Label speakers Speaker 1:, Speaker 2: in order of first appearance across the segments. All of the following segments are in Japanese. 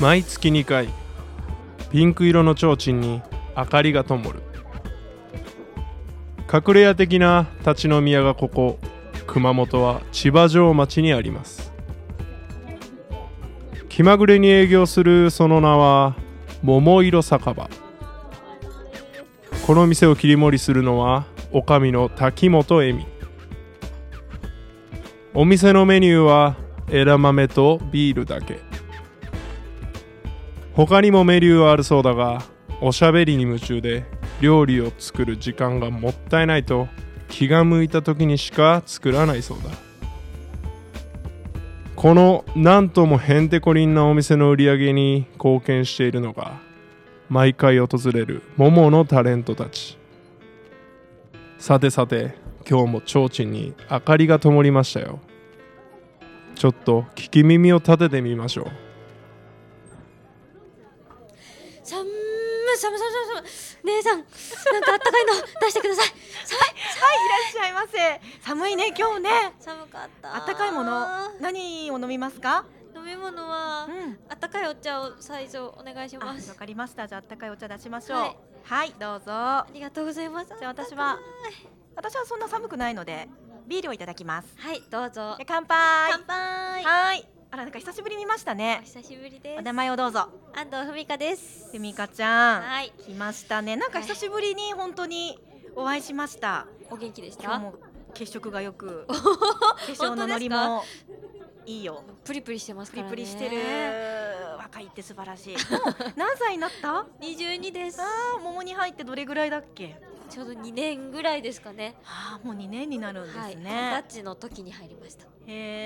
Speaker 1: 毎月2回ピンク色の提灯に明かりが灯る隠れ家的な立ち飲み屋がここ熊本は千葉城町にあります気まぐれに営業するその名は桃色酒場この店を切り盛りするのは女将の滝本恵美お店のメニューは枝豆とビールだけ他にもメニューはあるそうだがおしゃべりに夢中で料理を作る時間がもったいないと気が向いた時にしか作らないそうだこのなんともへんてこりんなお店の売り上げに貢献しているのが毎回訪れるモモのタレントたちさてさて今日も提灯に明かりが灯りましたよちょっと聞き耳を立ててみましょう
Speaker 2: 寒い寒い寒い寒い姉さんなんかあったかい の出してください寒い
Speaker 3: はい、いらっしゃいませ。寒いね、今日ね。
Speaker 2: 寒かった
Speaker 3: あったかいもの、何を飲みますか。
Speaker 2: 飲み物は
Speaker 3: うん。
Speaker 2: あったかいお茶を最初お願いし
Speaker 3: あ、わ
Speaker 2: ます
Speaker 3: かりました。じゃあ、あったかいお茶出しましょう。
Speaker 2: は
Speaker 3: はいい、どうぞ。じゃ
Speaker 2: ありがとうございます
Speaker 3: あ、私は。私はそんな寒くないので、ビールをいただきます。
Speaker 2: はいどうぞ
Speaker 3: じゃあ乾杯。
Speaker 2: 乾杯
Speaker 3: はい。あら、なんか久しぶりに見ました
Speaker 2: お
Speaker 3: ね。
Speaker 2: 久しぶりです
Speaker 3: お名前をどうぞ。
Speaker 2: 安藤文香です
Speaker 3: ふみかちゃん。
Speaker 2: はい
Speaker 3: 来ましたね。なんか久しぶりに、本当にお会いしました。
Speaker 2: お元気でし
Speaker 3: 今日
Speaker 2: た
Speaker 3: も血色がよく。化
Speaker 2: か
Speaker 3: 粧のノリも。いいよ。
Speaker 2: プリプリしてます
Speaker 3: プ
Speaker 2: か
Speaker 3: リ
Speaker 2: らね
Speaker 3: プリしてる若いって素晴ら しいもう何歳になったあ
Speaker 2: 22です
Speaker 3: あ桃に入ってどれぐらいだっけ
Speaker 2: ちょうど2年ぐらいですかね
Speaker 3: ああもう2年になるんで
Speaker 2: はい
Speaker 3: す
Speaker 2: 二
Speaker 3: ね、
Speaker 2: 十歳の時に入りました
Speaker 3: へ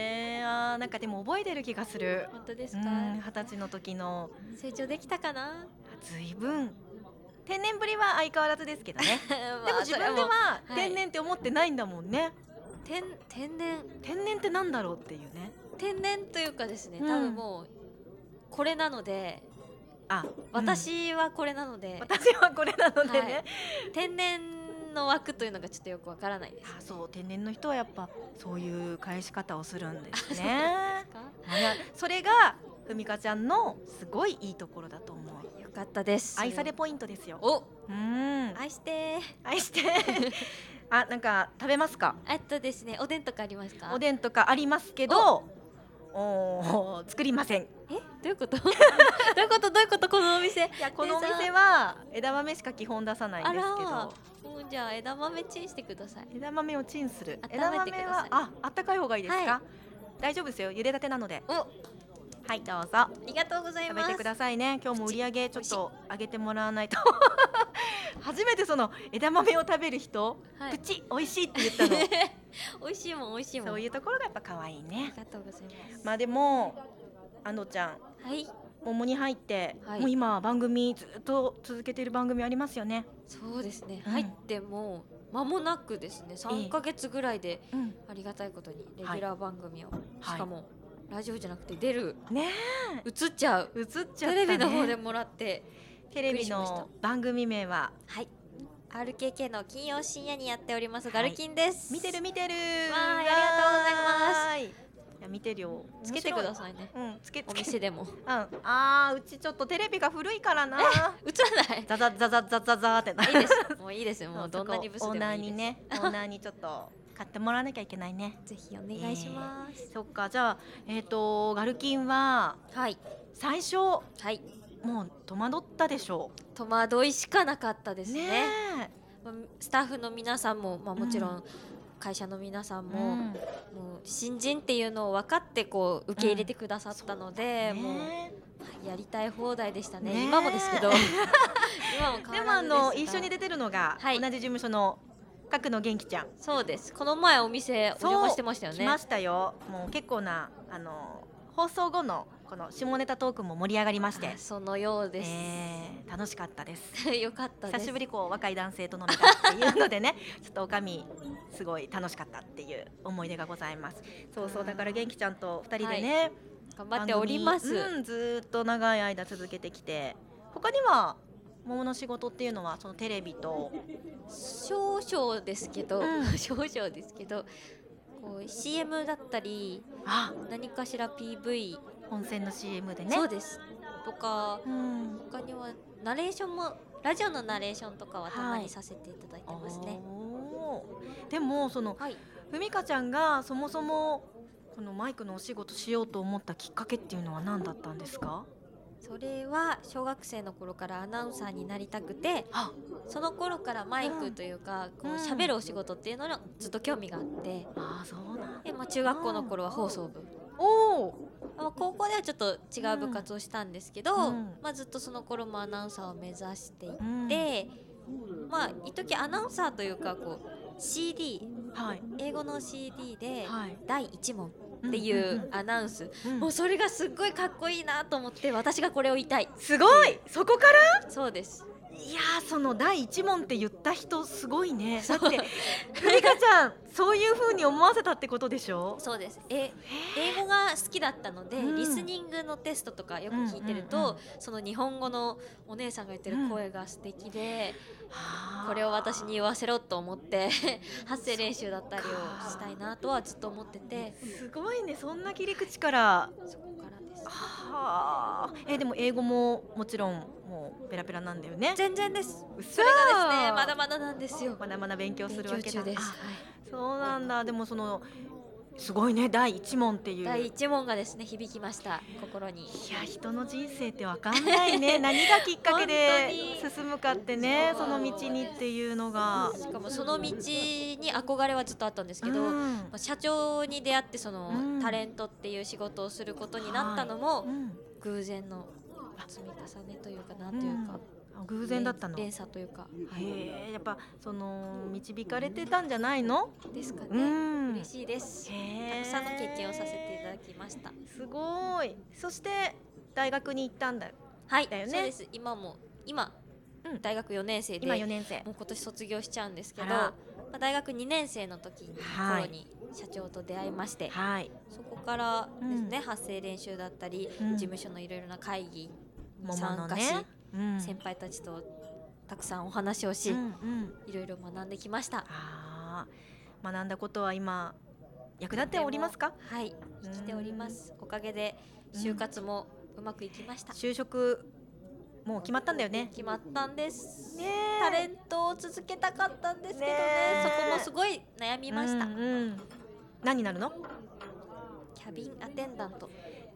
Speaker 3: えあーなんかでも覚えてる気がする
Speaker 2: 本当です
Speaker 3: う
Speaker 2: か
Speaker 3: ん二十歳の時の
Speaker 2: 成長できたかな
Speaker 3: ずいぶん天然ぶりは相変わらずですけ ど ね
Speaker 2: でも
Speaker 3: でも自分では
Speaker 2: はい
Speaker 3: 天然って思ってないんだもんね、
Speaker 2: 天天然
Speaker 3: 天然ってなんだろうっていうね
Speaker 2: 天然というかですね、
Speaker 3: うん
Speaker 2: 多分もうこれなので
Speaker 3: あ、うん
Speaker 2: 私はこれなので、
Speaker 3: 私はこれなのでね、
Speaker 2: はい天然の枠というのがちょっとよくわからないです
Speaker 3: あそう天然の人はやっぱそういう返し方をするんです ね
Speaker 2: か
Speaker 3: いやそれがふみかちゃんのすごいいいところだと思う
Speaker 2: よかったです
Speaker 3: 愛されポイントですよ
Speaker 2: お
Speaker 3: うん
Speaker 2: 愛して
Speaker 3: 愛してあなんか食べますか
Speaker 2: あとですねおでんとかありますか
Speaker 3: おでんとかありますけどおー作りません
Speaker 2: えどういうこと どういうことどういうことこのお店
Speaker 3: いやこのお
Speaker 2: 店
Speaker 3: 店は枝豆しか基本出さないんです
Speaker 2: あ
Speaker 3: け
Speaker 2: ら
Speaker 3: ど
Speaker 2: もうじゃあ枝豆チンしてください
Speaker 3: 枝豆をチンする
Speaker 2: 温めて
Speaker 3: 枝
Speaker 2: くだ
Speaker 3: 豆
Speaker 2: さ
Speaker 3: はいああったかい方がいいですか、
Speaker 2: は
Speaker 3: 大丈夫ですよ茹でたてなので
Speaker 2: おあ
Speaker 3: はいどうぞ
Speaker 2: りがとうござい
Speaker 3: 食
Speaker 2: ま
Speaker 3: べ
Speaker 2: す
Speaker 3: てくださいね今日も売り上げちょっと上げてもらわないと 初めてその枝豆を食べる人、
Speaker 2: はい
Speaker 3: プチ美味しいって 言ったの
Speaker 2: 美味しいもん美味しいもん
Speaker 3: そういう
Speaker 2: あ
Speaker 3: ところがやっぱ可愛いね
Speaker 2: りがとうございます、
Speaker 3: まあでもあのちゃん
Speaker 2: はい
Speaker 3: 桃に入って、
Speaker 2: はい
Speaker 3: もう今は番組ずっと続けている番組ありますよね、
Speaker 2: そうですね、
Speaker 3: うん
Speaker 2: 入ってもう間もなくですね3ヶ月ぐらいで
Speaker 3: うん、
Speaker 2: ありがたいことにレギ
Speaker 3: はい
Speaker 2: ュラー番組を、
Speaker 3: はい
Speaker 2: しかもラジオじゃなくて出る
Speaker 3: ね
Speaker 2: 映っちゃう
Speaker 3: え映っちゃった
Speaker 2: テ
Speaker 3: ね
Speaker 2: レビの方でもらって
Speaker 3: テレビの番組名は
Speaker 2: はい RKK の金曜深夜にやっております、
Speaker 3: はい
Speaker 2: ガルキンです
Speaker 3: 見てる見て
Speaker 2: わ
Speaker 3: る
Speaker 2: ーありが
Speaker 3: とうございますいや見てるよ
Speaker 2: つけてくださいね
Speaker 3: いうんつけ
Speaker 2: お
Speaker 3: つけ
Speaker 2: 店で も
Speaker 3: うん、ああーうちちょっとテレビが古いからな
Speaker 2: 映らない
Speaker 3: ザザザザザザザってな
Speaker 2: あいいです もういいです もうどんなにブスでもい
Speaker 3: オーナー
Speaker 2: いで
Speaker 3: に
Speaker 2: す、
Speaker 3: ねオーナーにちょっと買ってもらわなきゃいけないね
Speaker 2: ぜひお願いします、
Speaker 3: そっかじゃあえっ、とガルキンは
Speaker 2: はい
Speaker 3: 最初
Speaker 2: はい
Speaker 3: もう戸惑ったでしょ
Speaker 2: 戸惑いしかなかったで
Speaker 3: う
Speaker 2: す
Speaker 3: ね
Speaker 2: ねまあスタッフの皆さんも、まあ、もちろん会社の皆さん
Speaker 3: え
Speaker 2: も,、
Speaker 3: ん
Speaker 2: もう新人っていうのを分かってこう受け入れてくださったので、も
Speaker 3: ね
Speaker 2: うやりたい放題でしたね
Speaker 3: ねえ
Speaker 2: 今もですけ ど今も変わらずですが
Speaker 3: でもあの一緒に出てるのが、
Speaker 2: はい
Speaker 3: 同じ事務所の角野元気ちゃん、
Speaker 2: そうですこの前お店お邪魔してましたよ
Speaker 3: 来
Speaker 2: ね
Speaker 3: ましたよもう結構なあの放送後のこの下ネタトークも盛り上がりまして
Speaker 2: あそのようです、
Speaker 3: えー楽しかったです。
Speaker 2: よかったです
Speaker 3: 久しぶりこう若い男性と飲めたっていう のでねちょっとおかみすごい楽しかったっていう思い出がございますそうそ
Speaker 2: あ
Speaker 3: う
Speaker 2: ー
Speaker 3: だから元気ちゃんと2人でね、
Speaker 2: 頑張
Speaker 3: 番
Speaker 2: っ
Speaker 3: 組
Speaker 2: ております、
Speaker 3: うん、ずーっと長い間続けてきて他には桃の仕事っていうのはそのテレビと
Speaker 2: 少々ですけど、
Speaker 3: うん
Speaker 2: 少々ですけどこう CM だったり
Speaker 3: あ
Speaker 2: 何かしら PV
Speaker 3: 温泉の CM でね
Speaker 2: そうですとか
Speaker 3: うん
Speaker 2: 他にはナレーションもラジオのナレーションとかはたまにさせていただいてますね。
Speaker 3: おーでもその
Speaker 2: はい、
Speaker 3: ふみかちゃんがそもそもこのマイクのお仕事しようと思ったきっかけっていうのは何だったんですか？
Speaker 2: それは小学生の頃からアナウンサーになりたくて
Speaker 3: あ
Speaker 2: その頃からマイクというかこう
Speaker 3: うん
Speaker 2: 喋るお仕事っていうのにずっと興味があって
Speaker 3: あーそうなんだ。
Speaker 2: で、まあ、中学校の頃は放送部
Speaker 3: おお。
Speaker 2: まあ高校ではちょっと違う部活をしたんですけど、
Speaker 3: うん
Speaker 2: まあ、ずっとその頃もアナウンサーを目指してい
Speaker 3: うん、
Speaker 2: て、まあ一時アナウンサーというかこう CD
Speaker 3: はい
Speaker 2: 英語の CD で
Speaker 3: はい
Speaker 2: 第1問っていうアナウンス、
Speaker 3: うん
Speaker 2: もうそれがすっごいかっこいいなと思って私がこれを言いたい
Speaker 3: すごいそこから
Speaker 2: そうです
Speaker 3: いやーその第一問って言った人すごいねだってふみかちゃんそういう風に思わせたってことでしょ
Speaker 2: そうですえ英語が好きだったので、
Speaker 3: うん
Speaker 2: リスニングのテストとかよく聞いてると、
Speaker 3: うんうんうん
Speaker 2: その日本語のお姉さんが言ってる声が素敵で、
Speaker 3: はー
Speaker 2: これを私に言わせろと思って 発声練習だったりをしたいなとはずっと思ってて
Speaker 3: すごいねそんな切り口から
Speaker 2: そこからです
Speaker 3: はあえでも英語ももちろんもうペラペラなんだよね
Speaker 2: 全然です
Speaker 3: うっ
Speaker 2: それがですねまだまだなんですよ
Speaker 3: まだまだ勉強す
Speaker 2: 勉
Speaker 3: るわ
Speaker 2: 強
Speaker 3: け
Speaker 2: 中
Speaker 3: だ
Speaker 2: です、は
Speaker 3: あそうなんだでもそのすごいね第一問ってい
Speaker 2: いう第一問がですね響きました心に
Speaker 3: いや人の人生ってわかんないね 何がきっかけで進むかってね
Speaker 2: 本
Speaker 3: そ
Speaker 2: 当
Speaker 3: の
Speaker 2: に
Speaker 3: 道にっていうのが。
Speaker 2: しかもその道に憧れはずっとあったんですけど、
Speaker 3: うん
Speaker 2: まあ社長に出会ってその、
Speaker 3: うん
Speaker 2: タレントっていう仕事をすることになったのも、
Speaker 3: うん
Speaker 2: 偶然の積み重ねというかなんというか、
Speaker 3: あ偶然だったの。
Speaker 2: 連連
Speaker 3: へ
Speaker 2: 鎖というか、はい、
Speaker 3: えやっぱその導かれてたんじゃないの？
Speaker 2: ですかね、
Speaker 3: うん
Speaker 2: 嬉しいですた
Speaker 3: へ
Speaker 2: く
Speaker 3: え
Speaker 2: さんの経験をさせていただきました
Speaker 3: すごい。そして大学に行ったんだ。
Speaker 2: はい
Speaker 3: だよね
Speaker 2: そうです今も今、
Speaker 3: うん
Speaker 2: 大学4年生で
Speaker 3: 今四年生。
Speaker 2: もう今年卒業しちゃうんですけど、
Speaker 3: あら
Speaker 2: まあ、大学2年生の時に
Speaker 3: はい
Speaker 2: 頃に社長と出会いまして、
Speaker 3: はい。
Speaker 2: そこからですね、
Speaker 3: う
Speaker 2: 発声練習だったり、
Speaker 3: うん
Speaker 2: 事務所のいろいろな会議に
Speaker 3: 桃
Speaker 2: 参
Speaker 3: の
Speaker 2: 加し、
Speaker 3: ね。うん
Speaker 2: 先輩たちとたくさんお話をし、
Speaker 3: うんうん。
Speaker 2: いろいろ学んできました。
Speaker 3: ああ学んだことは今役立っておりますか？
Speaker 2: はい、生きております。おかげで就活もうまくいきました。
Speaker 3: 就職もう決まったんだよね。
Speaker 2: 決まったんです。
Speaker 3: ね
Speaker 2: タレントを続けたかったんですけどね
Speaker 3: ねえ
Speaker 2: そこもすごい悩みました、
Speaker 3: うんうん何になるの
Speaker 2: キャビンアテンダント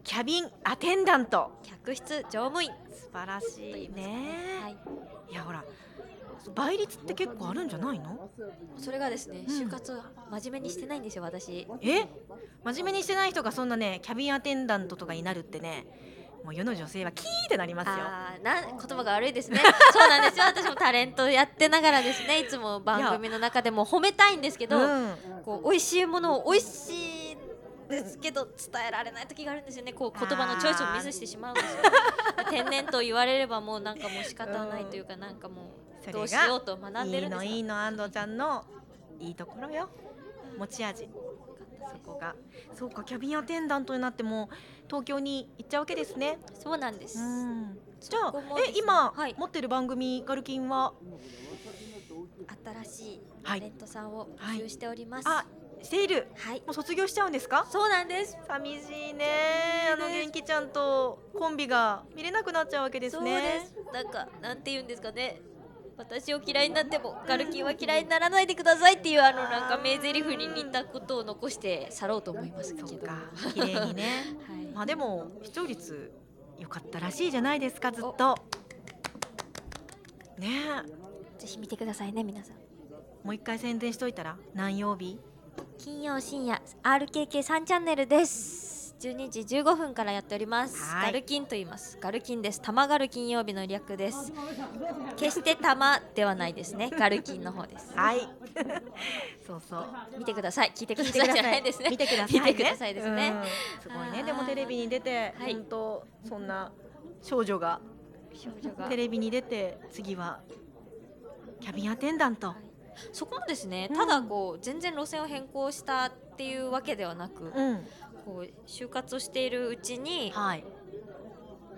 Speaker 3: キャビンアテンダント
Speaker 2: 客室乗務員
Speaker 3: 素晴ら
Speaker 2: と言
Speaker 3: し
Speaker 2: い
Speaker 3: い
Speaker 2: ますか
Speaker 3: ね、
Speaker 2: はい、
Speaker 3: い、やほら倍率って結構あるんじゃないの
Speaker 2: それがですね、
Speaker 3: うん
Speaker 2: 就活を真面目にしてないんですよ私
Speaker 3: え真面目にしてない人がそんなねキャビンアテンダントとかになるってねもう世の女性はキーってなりますよ
Speaker 2: あーな言葉が悪い ですねそうなんですよ私もタレントやってながらですねいつも番組の中でも褒めたいんですけど、
Speaker 3: うん
Speaker 2: こう美味しいものを美味しいですけど伝えられない時があるんですよねこう言葉のチョイスをミスしてしまう んですよ天然と言われればもうなんかもう仕方ないというかなんかも
Speaker 3: そうれが
Speaker 2: どうしようと学んで
Speaker 3: い
Speaker 2: る
Speaker 3: い
Speaker 2: んです
Speaker 3: の
Speaker 2: が
Speaker 3: いいの安藤ちゃんのいいところよ持ち味そこがそうかキャビンアテンダントになっても東京に行っちゃうわけですね
Speaker 2: そうなんです、
Speaker 3: うんじゃ
Speaker 2: そ
Speaker 3: あ
Speaker 2: こもです
Speaker 3: え
Speaker 2: ね
Speaker 3: 今、
Speaker 2: はい
Speaker 3: 持ってる番組ガルキンは
Speaker 2: 新しい
Speaker 3: は
Speaker 2: タ
Speaker 3: い
Speaker 2: レントさんを募集しております、
Speaker 3: あしている
Speaker 2: はい、
Speaker 3: もう卒業しちゃうんですか
Speaker 2: そうなんです
Speaker 3: 寂しいねあの元気ちゃんとコンビが見れなくなっちゃうわけですね
Speaker 2: そうですなんかなんて言うんですかね私を嫌いになってもガルキンは嫌いにならないでくださいっていうあのなんか名台詞に似たことを残して去ろうと思いますけど
Speaker 3: そうか綺麗にね
Speaker 2: は
Speaker 3: まあ
Speaker 2: い、
Speaker 3: でも視聴率良かったらしいじゃないですかずっとねえ
Speaker 2: ぜひ見てくださいね皆さん
Speaker 3: もう一回宣伝しといたら何曜日
Speaker 2: 金曜深夜 RKK3 チャンネルです12時15分からやっております
Speaker 3: はい
Speaker 2: ガルキンと言いますガルキンです玉ガル金曜日の略です決して玉ではないですねガルキンの方です
Speaker 3: はい そうそう
Speaker 2: 見てください聞いてくだ
Speaker 3: 聞い
Speaker 2: さい
Speaker 3: てくだ
Speaker 2: じゃな
Speaker 3: さい
Speaker 2: いですね
Speaker 3: 見てください、ね、
Speaker 2: 見てくださいですね、
Speaker 3: うんすごい
Speaker 2: は
Speaker 3: ね
Speaker 2: い
Speaker 3: でもテレビに出て、
Speaker 2: はい
Speaker 3: 本当そんな少女が
Speaker 2: 少女が
Speaker 3: テレビに出て次はキャビンアテンダント、
Speaker 2: そこもですね、
Speaker 3: うん
Speaker 2: ただこう全然路線を変更したっていうわけではなく、
Speaker 3: うん
Speaker 2: こう就活をしているうちに
Speaker 3: はい、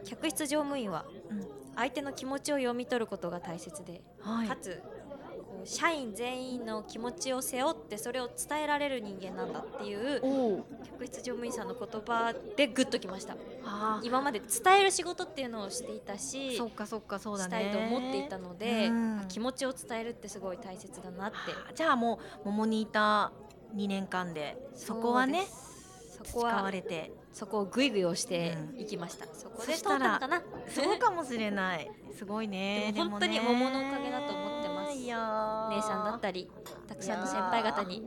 Speaker 2: 客室乗務員は
Speaker 3: うん
Speaker 2: 相手の気持ちを読み取ることが大切で、
Speaker 3: はい
Speaker 2: かつこう社員全員の気持ちを背負ってそれを伝えられる人間なんだっていう
Speaker 3: お
Speaker 2: 客室乗務員さんの言葉でグッときました
Speaker 3: あ
Speaker 2: 今まで伝える仕事っていうのをしていた
Speaker 3: あ
Speaker 2: し
Speaker 3: そっかそっかそうだ
Speaker 2: したい
Speaker 3: ね
Speaker 2: と思っていたので、
Speaker 3: うん
Speaker 2: あ気持ちを伝えるってすごい大切だなって
Speaker 3: あーじゃあもう桃にいた2年間でそこは
Speaker 2: そう
Speaker 3: ね
Speaker 2: ですそ
Speaker 3: 使
Speaker 2: こ
Speaker 3: わ
Speaker 2: は
Speaker 3: れて
Speaker 2: そこをグイグイ押して
Speaker 3: うん
Speaker 2: いきました、そこ
Speaker 3: そ
Speaker 2: で通っ
Speaker 3: した
Speaker 2: た
Speaker 3: ら
Speaker 2: のかな
Speaker 3: そうかもしれないすごいね
Speaker 2: でも本当に
Speaker 3: でね
Speaker 2: 桃のおかげだと思ってます
Speaker 3: いやー
Speaker 2: 姉さんだったりたくさんの先輩方に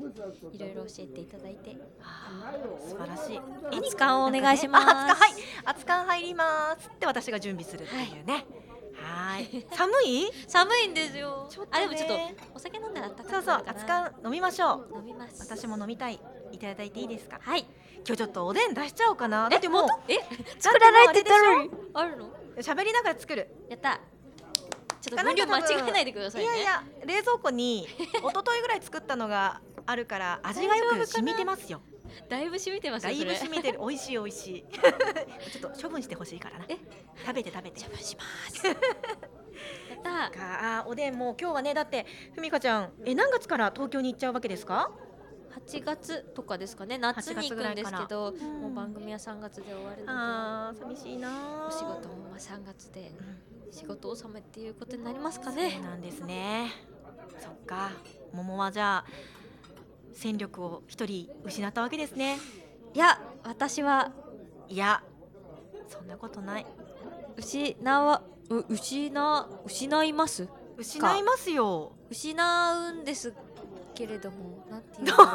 Speaker 2: いろいろ教えていただいて
Speaker 3: あー素晴らしい
Speaker 2: 熱感をお願いします、
Speaker 3: なんかねあ熱燗はい熱燗入りますって私が準備するっていうねはーい 寒い
Speaker 2: 寒いんですよ
Speaker 3: ちょっとね
Speaker 2: あでもちょっとお酒飲んだらあったかく
Speaker 3: そうそ
Speaker 2: な
Speaker 3: う
Speaker 2: るか
Speaker 3: 熱
Speaker 2: な
Speaker 3: 燗飲みましょう
Speaker 2: 飲みます
Speaker 3: 私も飲みたいいただいていいですか
Speaker 2: はい
Speaker 3: 今日ちょっとおでん出しちゃおうかなだってもう
Speaker 2: え作られてた
Speaker 3: だっ
Speaker 2: のあるの
Speaker 3: 喋りながら作る
Speaker 2: やったちょっと分量間違えないでくださいね
Speaker 3: いやいや冷蔵庫 に一昨日ぐらい作ったのがあるから味がよ
Speaker 2: 大丈夫か
Speaker 3: く
Speaker 2: な
Speaker 3: 染みてますよ
Speaker 2: だいぶ染みてます
Speaker 3: だ
Speaker 2: よ
Speaker 3: い
Speaker 2: そ
Speaker 3: ぶ
Speaker 2: れ
Speaker 3: 染みてる美味しい美味 しいちょっと処分してほしいからな
Speaker 2: え
Speaker 3: 食べて食べて
Speaker 2: 邪魔しますやった
Speaker 3: かあーおでんもう今日はねだってふみかちゃんえ何月から東京に行っちゃうわけですか
Speaker 2: 8月とかですかね夏に行くんですけど
Speaker 3: らうん
Speaker 2: もう番組は3月で終わるので
Speaker 3: あー寂しいな
Speaker 2: お仕事もまあ3月で
Speaker 3: うん
Speaker 2: 仕事納めっていうことになりますか
Speaker 3: そ
Speaker 2: ね
Speaker 3: うなんですねそっか桃はじゃあ戦力を一人失ったわけですね
Speaker 2: いや私はい
Speaker 3: やそんなことない
Speaker 2: 失わう失失います
Speaker 3: 失いますよ
Speaker 2: 失うんですけれどもなんてい
Speaker 3: ど
Speaker 2: うの
Speaker 3: う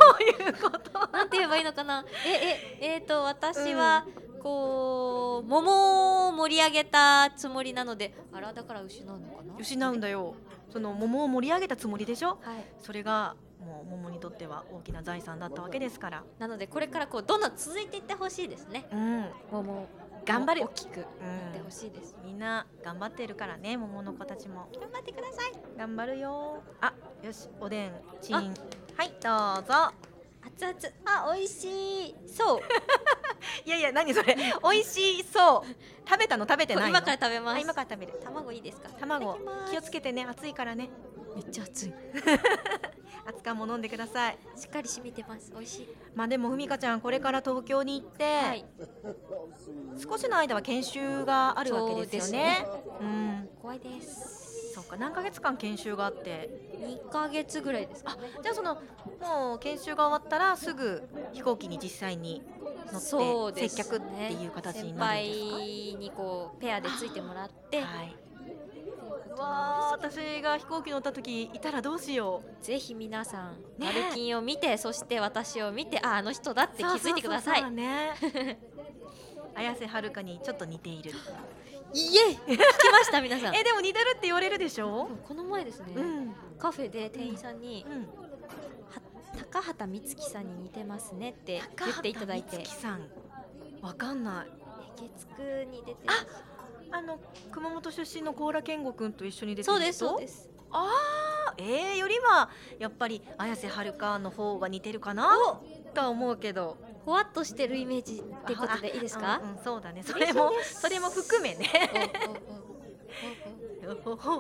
Speaker 3: いうこと
Speaker 2: なんて言えばいいのかなえええー、と私はこう桃を盛り上げたつもりなのであらだから失うのかな
Speaker 3: 失うんだよその桃を盛り上げたつもりでしょ
Speaker 2: はい
Speaker 3: それがもう桃にとっては大きな財産だったわけですから
Speaker 2: なのでこれからこうどんどん続いていってほしいですね
Speaker 3: うん
Speaker 2: 桃
Speaker 3: 頑張る
Speaker 2: 大きくなってほしいです、
Speaker 3: みんな頑張ってるからね桃の子たちも
Speaker 2: 頑張ってください
Speaker 3: 頑張るよあよしおでんチンはいどうぞ
Speaker 2: 熱々あ美味しいそう
Speaker 3: いやいや何それ 美味しそう食べたの食べてないの
Speaker 2: 今から食べます
Speaker 3: あ今から食べる
Speaker 2: 卵いいですか
Speaker 3: 卵
Speaker 2: いただきます
Speaker 3: 気をつけてね熱いからね
Speaker 2: めっちゃ熱い
Speaker 3: 熱燗も飲んでください
Speaker 2: しっかり染みてます美味しい
Speaker 3: まあでもふみかちゃんこれから東京に行って、
Speaker 2: はい
Speaker 3: 少しの間は研修があるわけですよね。うん、
Speaker 2: 怖いです
Speaker 3: そうか何ヶ月間研修があって、
Speaker 2: 2ヶ月ぐらいですかね
Speaker 3: じゃあそのもう研修が終わったらすぐ飛行機に実際に乗
Speaker 2: そ
Speaker 3: っ
Speaker 2: う
Speaker 3: て
Speaker 2: で
Speaker 3: 接
Speaker 2: す
Speaker 3: 客っていう形になるんです
Speaker 2: 先
Speaker 3: か。
Speaker 2: 輩にこうペアでついてもらって
Speaker 3: はい。
Speaker 2: っていううこと
Speaker 3: わ
Speaker 2: な
Speaker 3: あ
Speaker 2: んで
Speaker 3: 私が飛行機乗った時いたらどうしよう。
Speaker 2: すぜひ皆さん
Speaker 3: ね
Speaker 2: マルキンを見てそして私を見てああの人だって気づいてください
Speaker 3: そうそうそう そうだね。綾瀬はるかにちょっと似ている。
Speaker 2: い え聞きました皆さん
Speaker 3: えでも似てるって言われるでしょ
Speaker 2: で。もこの前ですね、
Speaker 3: うん
Speaker 2: カフェで店員さんに
Speaker 3: うん。
Speaker 2: は高畑充希さんに似てますねって言っていただいて
Speaker 3: 高畑充希さん。わかんない。
Speaker 2: 月9に出て
Speaker 3: あの熊本出身の高良健吾君と一緒に出てる
Speaker 2: そう
Speaker 3: 人
Speaker 2: ですそうです
Speaker 3: あえー、よりはやっぱり綾瀬はるかの方が似てるかなとは思うけど
Speaker 2: ほわっとしてるイメージってことでいいですか
Speaker 3: うんうんそうだねそれも
Speaker 2: 嬉しいです
Speaker 3: それも含めね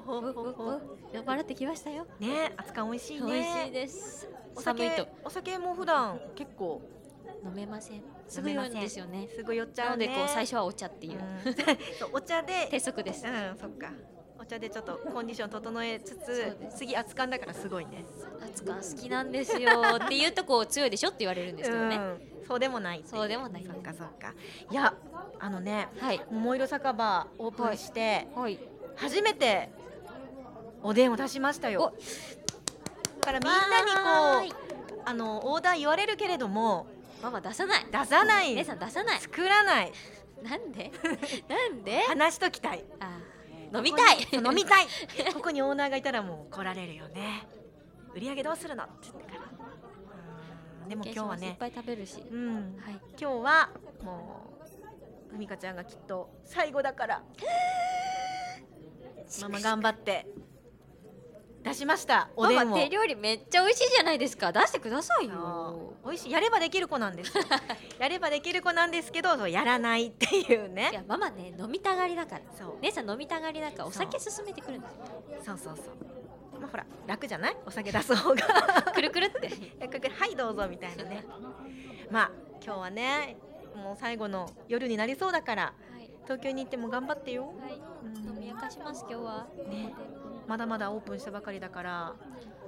Speaker 2: 酔っ払ってきましたよ
Speaker 3: ね熱燗美味しい
Speaker 2: 美
Speaker 3: ね
Speaker 2: 味しいです
Speaker 3: お
Speaker 2: 寒いと
Speaker 3: 酒お酒も普段結構
Speaker 2: 飲めませんすぐ酔うんですよね
Speaker 3: すぐ酔っち
Speaker 2: な
Speaker 3: ゃう
Speaker 2: ので
Speaker 3: ね
Speaker 2: こう最初はお茶っていう
Speaker 3: うんそうお茶 で
Speaker 2: 鉄則です
Speaker 3: うんそっかお茶でちょっとコンディション整えつ
Speaker 2: そう
Speaker 3: つ
Speaker 2: です
Speaker 3: 次熱燗だからすごいね
Speaker 2: 熱燗好きなんですよって言うとこう強いでしょって言われるんですけどね
Speaker 3: うん、そうでもないってい
Speaker 2: そうでもない
Speaker 3: そっかそっかいやあのね
Speaker 2: はい
Speaker 3: 桃色酒場オープンして
Speaker 2: はい
Speaker 3: 初めておでんを出しましたよだからみんなにこ
Speaker 2: こ
Speaker 3: うあのオーダー言われるけれども
Speaker 2: うママ出さない
Speaker 3: 出さない
Speaker 2: 姉さん出さない
Speaker 3: 作らない
Speaker 2: なん でなんで
Speaker 3: 話しときたい
Speaker 2: あー飲みたい
Speaker 3: ここに飲み たいここにオーナーがいたらもう来られるよね売り上げどうするのって言ってからうんでも今日はい
Speaker 2: っ
Speaker 3: ね
Speaker 2: ぱい食べるし
Speaker 3: うん
Speaker 2: はい
Speaker 3: 今日はもうふみかちゃんがきっと最後だからママ頑張って出しましたお
Speaker 2: マ
Speaker 3: で
Speaker 2: マ
Speaker 3: んを
Speaker 2: 手料理めっちゃ美味しいじゃないですか出してくださいよ
Speaker 3: そう美味しいやればできる子なんです やればできる子なんですけどそうやらないってい
Speaker 2: い
Speaker 3: うね
Speaker 2: やママね飲みたがりだから
Speaker 3: そう
Speaker 2: 姉さん飲みたがりだからお酒
Speaker 3: そ
Speaker 2: 勧めてくるんですよ
Speaker 3: そうそうそうまあほら楽じゃないお酒出す方が
Speaker 2: くるくるって
Speaker 3: えこれはいどうぞみたいなねまあ今日はねもう最後の夜になりそうだから
Speaker 2: はい
Speaker 3: 東京に行っても頑張ってよ、
Speaker 2: はいう飲み明
Speaker 3: ん、
Speaker 2: かします今日は
Speaker 3: ねまだまだオープンしたばかりだから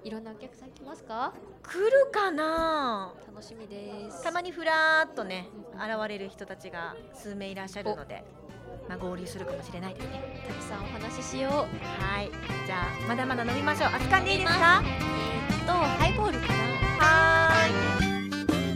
Speaker 2: いろんなお客さん来ますか
Speaker 3: 来るかな
Speaker 2: 楽しみです
Speaker 3: たまにふらーっとね現れる人たちが数名いらっしゃるので、まあ、合流するかもしれないですね
Speaker 2: たくさんお話ししよう
Speaker 3: はいじゃあまだまだ飲みましょう熱燗でいいですか
Speaker 2: えーっとハイボールかな
Speaker 3: はーい